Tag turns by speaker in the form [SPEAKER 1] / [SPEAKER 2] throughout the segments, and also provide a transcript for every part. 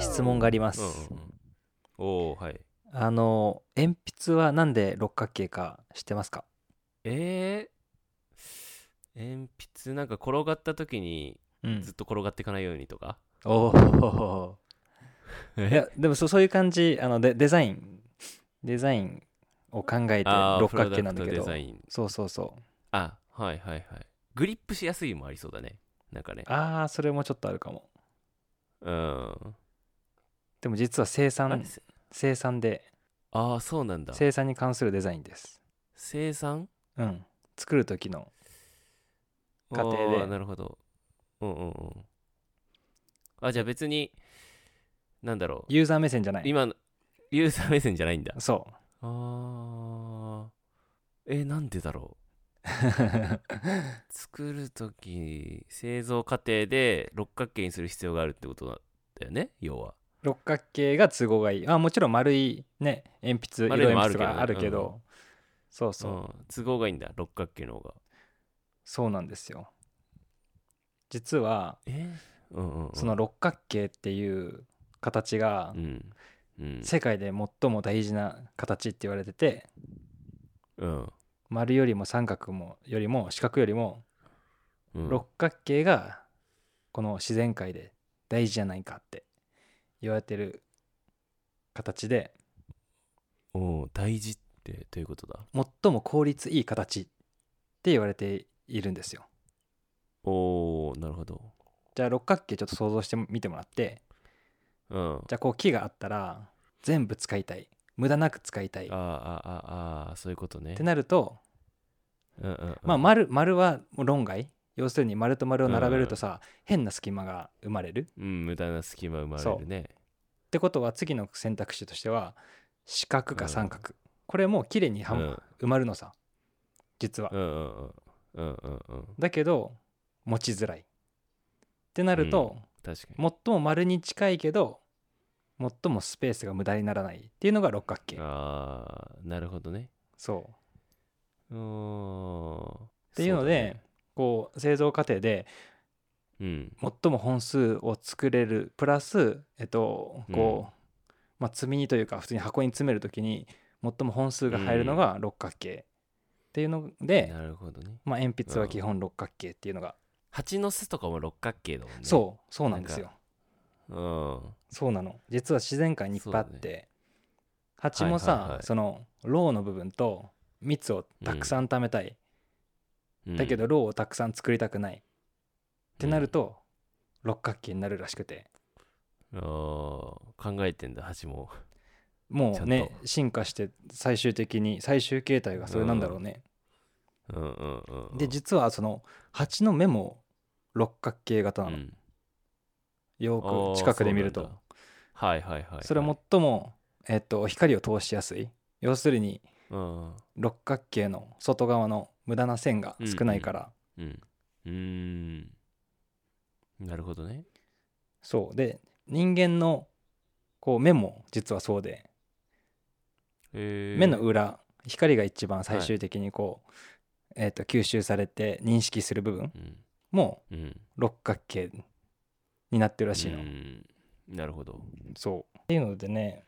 [SPEAKER 1] 質問があります、
[SPEAKER 2] うんうんうん、おおはい
[SPEAKER 1] あの鉛筆はなんで六角形か知ってますか
[SPEAKER 2] えー、鉛筆なんか転がった時に
[SPEAKER 1] うん
[SPEAKER 2] ずっと転がっていかないようにとか、
[SPEAKER 1] おお
[SPEAKER 2] え
[SPEAKER 1] いやでもそそういう感じあのデデザインデザインを考えて
[SPEAKER 2] あー
[SPEAKER 1] 六角形なんだけ
[SPEAKER 2] プロダクト
[SPEAKER 1] ど
[SPEAKER 2] デザイン
[SPEAKER 1] そうそうそう
[SPEAKER 2] あはいはいはいグリップしやすいもありそうだねなんかね
[SPEAKER 1] ああそれもちょっとあるかも
[SPEAKER 2] うん
[SPEAKER 1] でも実は生
[SPEAKER 2] あ
[SPEAKER 1] 産
[SPEAKER 2] れせ
[SPEAKER 1] 生産で
[SPEAKER 2] あーそうなんだ
[SPEAKER 1] 生産に関するデザインです
[SPEAKER 2] 生産
[SPEAKER 1] うん作る時の家庭で
[SPEAKER 2] あーなるほどうんうんうんあじゃあ別になんだろう
[SPEAKER 1] ユーザー目線じゃない
[SPEAKER 2] 今のユーザー目線じゃないんだ
[SPEAKER 1] そ
[SPEAKER 2] あーえなんでだろ
[SPEAKER 1] う
[SPEAKER 2] う作る時製造過程で六角形にする必要があるってことだよね要は
[SPEAKER 1] 六角形が都合がいいあもちろん丸いね鉛筆
[SPEAKER 2] 丸い
[SPEAKER 1] 色
[SPEAKER 2] のも
[SPEAKER 1] 鉛筆
[SPEAKER 2] あるけどね
[SPEAKER 1] があるけど
[SPEAKER 2] うん
[SPEAKER 1] そうそう、
[SPEAKER 2] うん都合がいいんだ六角形の方が
[SPEAKER 1] そうなんですよ実は
[SPEAKER 2] えうんうんうん
[SPEAKER 1] その六角形っていう形が
[SPEAKER 2] うんうん
[SPEAKER 1] 世界で最も大事な形って言われてて
[SPEAKER 2] うん
[SPEAKER 1] 丸よりも三角もよりも四角よりも
[SPEAKER 2] うん
[SPEAKER 1] 六角形がこの自然界で大事じゃないかって言われてる形で
[SPEAKER 2] おー大事ってどういうことだ
[SPEAKER 1] 最も効率いい形って言われているんですよ
[SPEAKER 2] おおなるほど
[SPEAKER 1] じゃあ六角形ちょっと想像してみてもらって
[SPEAKER 2] うん
[SPEAKER 1] じゃあこう木があったら全部使いたい無駄なく使いたいっ
[SPEAKER 2] あーあーあーあーそういうことね
[SPEAKER 1] てなると
[SPEAKER 2] うんうんうん
[SPEAKER 1] まあ丸丸はもう論外要するに丸と丸を並べるとさ変な隙間が生まれるっ
[SPEAKER 2] うん無駄な隙間生まれるね
[SPEAKER 1] てことは次の選択肢としては四角
[SPEAKER 2] う
[SPEAKER 1] か
[SPEAKER 2] ん
[SPEAKER 1] 三角これもう綺麗には
[SPEAKER 2] うん
[SPEAKER 1] 埋まるのさ実は
[SPEAKER 2] うんうんうんうんうんうん
[SPEAKER 1] だけど持ちづらいってなると、
[SPEAKER 2] 確かに
[SPEAKER 1] 最も丸に近いけど最もスペースが無駄にならないっていうのが六角形
[SPEAKER 2] ああなるほどね
[SPEAKER 1] そうっ
[SPEAKER 2] うーんって
[SPEAKER 1] いうのでこう製造過程で
[SPEAKER 2] う,、ん
[SPEAKER 1] 最も本数を作れるプラスえっとこう、まあ積み荷というか普通に箱に詰める時に最も本数が入るのが六角形っていうので、
[SPEAKER 2] なるほどね
[SPEAKER 1] まあ、鉛筆は基本六角形っていうのが、
[SPEAKER 2] 蜂の巣とかも六角形だもんね
[SPEAKER 1] そうそうなんですよ
[SPEAKER 2] ううん
[SPEAKER 1] そうなの実は自然界にいっぱいあっ
[SPEAKER 2] そう
[SPEAKER 1] て、蜂もさ、
[SPEAKER 2] はいはいはい
[SPEAKER 1] そのロウの部分と蜜をたくさん貯めたい、
[SPEAKER 2] うん
[SPEAKER 1] だけどロウをたくさん作りたくない、ってなると六角形になるらしくて
[SPEAKER 2] うんあー考えてんだ蜂も
[SPEAKER 1] も
[SPEAKER 2] ちゃ
[SPEAKER 1] うんね進化して最終的に最終形態がそれなんだろうね、
[SPEAKER 2] うんうんうんうん
[SPEAKER 1] で実はその蜂の目も六角形型な
[SPEAKER 2] う
[SPEAKER 1] の、
[SPEAKER 2] ん
[SPEAKER 1] よ
[SPEAKER 2] あー
[SPEAKER 1] く近くで見る
[SPEAKER 2] そう
[SPEAKER 1] と
[SPEAKER 2] なんだはいはいはいはい
[SPEAKER 1] それは最も、えっと、光を通しやすい要するに
[SPEAKER 2] うん
[SPEAKER 1] 六角形の外側の無駄な線が少ないから、
[SPEAKER 2] うんうーんなるほどね
[SPEAKER 1] そうで人間のこう目も実はそうで、
[SPEAKER 2] えー
[SPEAKER 1] 目の裏光が一番最終的にこう、えっと吸収されて認識する部分
[SPEAKER 2] うん
[SPEAKER 1] も
[SPEAKER 2] うん
[SPEAKER 1] 六角形になってるらしいの、
[SPEAKER 2] うんなるほど
[SPEAKER 1] そうっていうのでね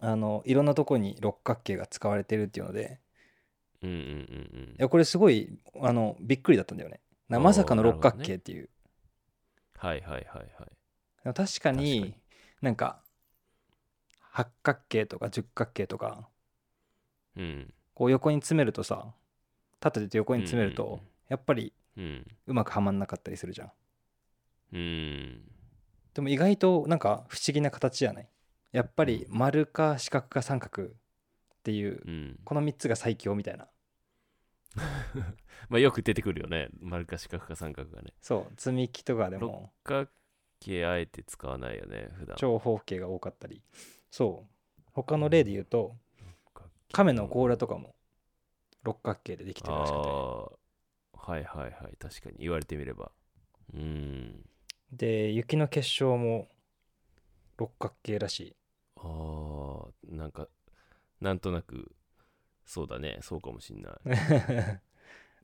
[SPEAKER 1] あのいろんなとこに六角形が使われてるっていうので
[SPEAKER 2] うんうん
[SPEAKER 1] い
[SPEAKER 2] うんうん
[SPEAKER 1] やこれすごいあのびっくりだったんだよねな
[SPEAKER 2] おー
[SPEAKER 1] まさかの
[SPEAKER 2] なるほ
[SPEAKER 1] 六
[SPEAKER 2] ど
[SPEAKER 1] 角形っていう、
[SPEAKER 2] はいはいはいは
[SPEAKER 1] 確
[SPEAKER 2] い
[SPEAKER 1] かに
[SPEAKER 2] 確かに
[SPEAKER 1] なんか八角形とか十角形とか
[SPEAKER 2] うん
[SPEAKER 1] こう横に詰めるとさ立てて横に詰める
[SPEAKER 2] うんうん
[SPEAKER 1] と
[SPEAKER 2] うん
[SPEAKER 1] やっぱり
[SPEAKER 2] うん
[SPEAKER 1] うまくはまんなかったりするじゃん
[SPEAKER 2] うん
[SPEAKER 1] でも意外となんか不思議な形じゃないやっぱり丸か四角か三角っていう
[SPEAKER 2] うん
[SPEAKER 1] この3つが最強みたいな
[SPEAKER 2] まあよく出てくるよね丸か四角か三角がね
[SPEAKER 1] そう積み木とかでも
[SPEAKER 2] 六角形あえて使わないよね普段
[SPEAKER 1] 長方形が多かったりそう他の例で言うと
[SPEAKER 2] 角形
[SPEAKER 1] 亀の甲羅とかも六角形でできてるらしくて
[SPEAKER 2] あーはいはいはい確かに言われてみればうん
[SPEAKER 1] で雪の結晶も六角形らしい
[SPEAKER 2] ああなんかなんとなくそうだねそうかもしんない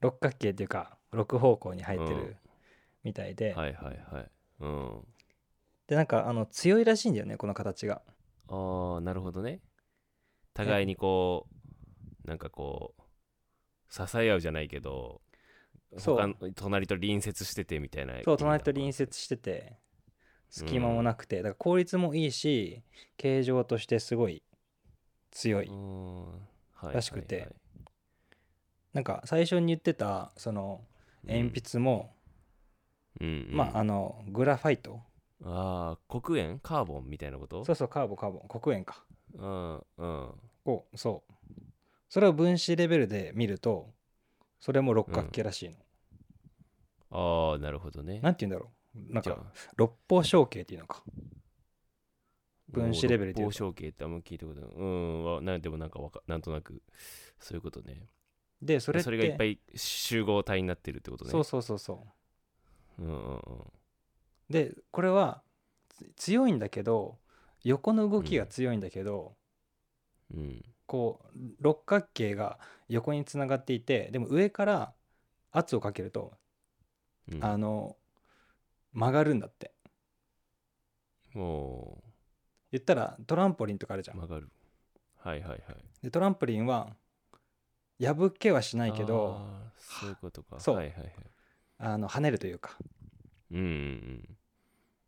[SPEAKER 1] 六角形っていうか六方向に入って
[SPEAKER 2] うん
[SPEAKER 1] るみたいで、
[SPEAKER 2] はいはいはいうん
[SPEAKER 1] ででなんかあの強いらしいんだよねこの形が
[SPEAKER 2] あーなるほどね互いにこうなんかこう支え合うじゃないけど
[SPEAKER 1] そう
[SPEAKER 2] 他の隣と隣接しててみたいな
[SPEAKER 1] そう隣と隣接してて隙間もなくて、だから効率もいいし形状としてすごい強い、ら
[SPEAKER 2] ら
[SPEAKER 1] しくてなんか最初に言ってたその鉛筆も、まああ
[SPEAKER 2] あ
[SPEAKER 1] のグラファイト
[SPEAKER 2] あー黒鉛カーボンみたいなこと
[SPEAKER 1] そうそうカーボンカーボン黒鉛か
[SPEAKER 2] うんうん
[SPEAKER 1] をそうそれを分子レベルで見るとそれも六角形らしいの、
[SPEAKER 2] ああなるほどね
[SPEAKER 1] なんて言うんだろうなん
[SPEAKER 2] じゃ
[SPEAKER 1] か
[SPEAKER 2] あ
[SPEAKER 1] 六方象形っていうのか分子レベル
[SPEAKER 2] で
[SPEAKER 1] で言うと
[SPEAKER 2] 方象形ってあんま聞いたことないうんわなんでもなんかわかなんとなくそういうことね
[SPEAKER 1] でそ
[SPEAKER 2] そ
[SPEAKER 1] れ
[SPEAKER 2] れ
[SPEAKER 1] って
[SPEAKER 2] がいっぱい集合体になってるってことね
[SPEAKER 1] そうそうそうそう
[SPEAKER 2] うんうんうん
[SPEAKER 1] でこれはつ強いんだけど横の動きが強いんだけど、
[SPEAKER 2] うん
[SPEAKER 1] こう六角形が横につながっていてでも上から圧をかけると、
[SPEAKER 2] うん
[SPEAKER 1] あの曲がるんだって
[SPEAKER 2] も
[SPEAKER 1] 言ったらトランポリンとかあるじゃ、
[SPEAKER 2] うん曲がるはいはいはい
[SPEAKER 1] でトランポリンは破けはしないけど
[SPEAKER 2] あーそういうことか
[SPEAKER 1] そう
[SPEAKER 2] はいはいはい
[SPEAKER 1] あの跳ねるというか
[SPEAKER 2] うんうん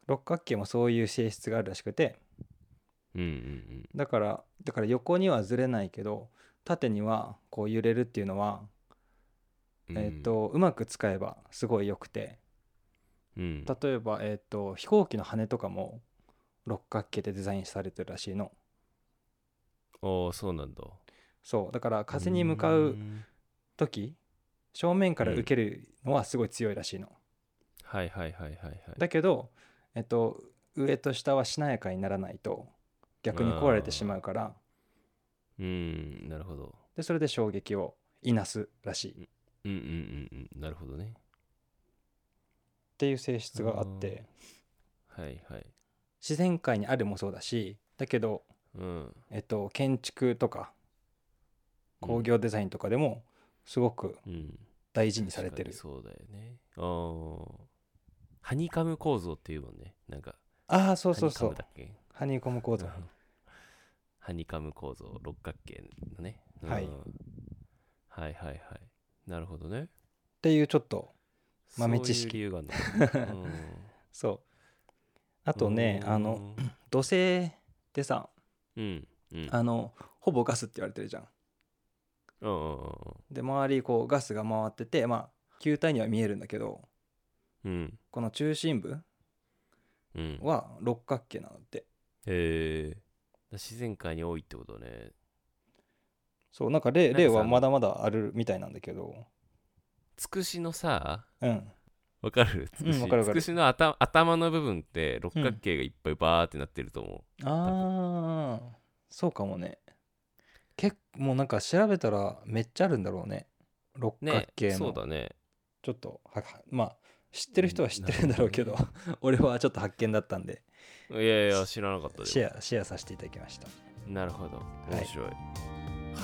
[SPEAKER 1] 六角形もそういう性質があるらしくて
[SPEAKER 2] うんうんうん
[SPEAKER 1] だからだから横にはずれないけど縦にはこう揺れるっていうのは、
[SPEAKER 2] うん
[SPEAKER 1] えっ、とうまく使えばすごい良くて
[SPEAKER 2] うん
[SPEAKER 1] 例えば、えっと飛行機の羽とかも六角形でデザインされてるらしいの
[SPEAKER 2] おーそうなんだ
[SPEAKER 1] そうだから風に向かう
[SPEAKER 2] ーん
[SPEAKER 1] 時正面から受けるのはすごい強いらしいの、
[SPEAKER 2] はいはいはいはいはい
[SPEAKER 1] だけど、えっと、上と下はしなやかにならないと逆に壊れてしまうから
[SPEAKER 2] うんなるほど
[SPEAKER 1] でそれで衝撃をいなすらしいっ
[SPEAKER 2] うんうんうんうんなるほどね
[SPEAKER 1] ていう性質があって
[SPEAKER 2] はいはい
[SPEAKER 1] 自然界にあるもそうだしだけど、
[SPEAKER 2] うん
[SPEAKER 1] えっと、建築とか工業デザインとかでもすごく
[SPEAKER 2] うん
[SPEAKER 1] 大事にされてる、
[SPEAKER 2] 確かにそうだよねあーハニカム構造っていうもんねなんか
[SPEAKER 1] ああそうそうそ
[SPEAKER 2] ハ
[SPEAKER 1] う
[SPEAKER 2] ニカムだっけ
[SPEAKER 1] ハニコム構造
[SPEAKER 2] ハニカム構造六角形のね、うん
[SPEAKER 1] はい
[SPEAKER 2] はいはいはいなるほどね
[SPEAKER 1] っていうちょっと豆知識
[SPEAKER 2] そういう理由があるの、うん、
[SPEAKER 1] そう あとねあの土星ってさ
[SPEAKER 2] うんうん
[SPEAKER 1] あのほぼガスって言われてるじゃん
[SPEAKER 2] うんうん
[SPEAKER 1] で周りこうガスが回っててまあ球体には見えるんだけど
[SPEAKER 2] うん
[SPEAKER 1] この中心部
[SPEAKER 2] うんうん
[SPEAKER 1] は六角形なのって
[SPEAKER 2] へえ自然界に多いってことね
[SPEAKER 1] そうなんか例
[SPEAKER 2] なんかさ
[SPEAKER 1] 例はまだまだあるみたいなんだけど
[SPEAKER 2] つくしのさ
[SPEAKER 1] うん
[SPEAKER 2] わかるつくし、
[SPEAKER 1] わかるわ
[SPEAKER 2] つ
[SPEAKER 1] か
[SPEAKER 2] く
[SPEAKER 1] る
[SPEAKER 2] しの頭頭の部分って六角形がいっぱいバーってなってると思
[SPEAKER 1] ああそうかもね結構もうなんか調べたらめっちゃあるんだろうね六
[SPEAKER 2] う、
[SPEAKER 1] 角
[SPEAKER 2] ね
[SPEAKER 1] 形
[SPEAKER 2] そう
[SPEAKER 1] の
[SPEAKER 2] だね
[SPEAKER 1] ちょっとははまあ知ってる人は知ってるんだろうけど 俺はちょっと発見だったんで
[SPEAKER 2] いやいや知らなかったです
[SPEAKER 1] シェアシェアさせていただきました
[SPEAKER 2] なるほど
[SPEAKER 1] い
[SPEAKER 2] 面白いは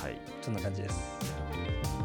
[SPEAKER 2] い
[SPEAKER 1] そんな感じです
[SPEAKER 2] なるほど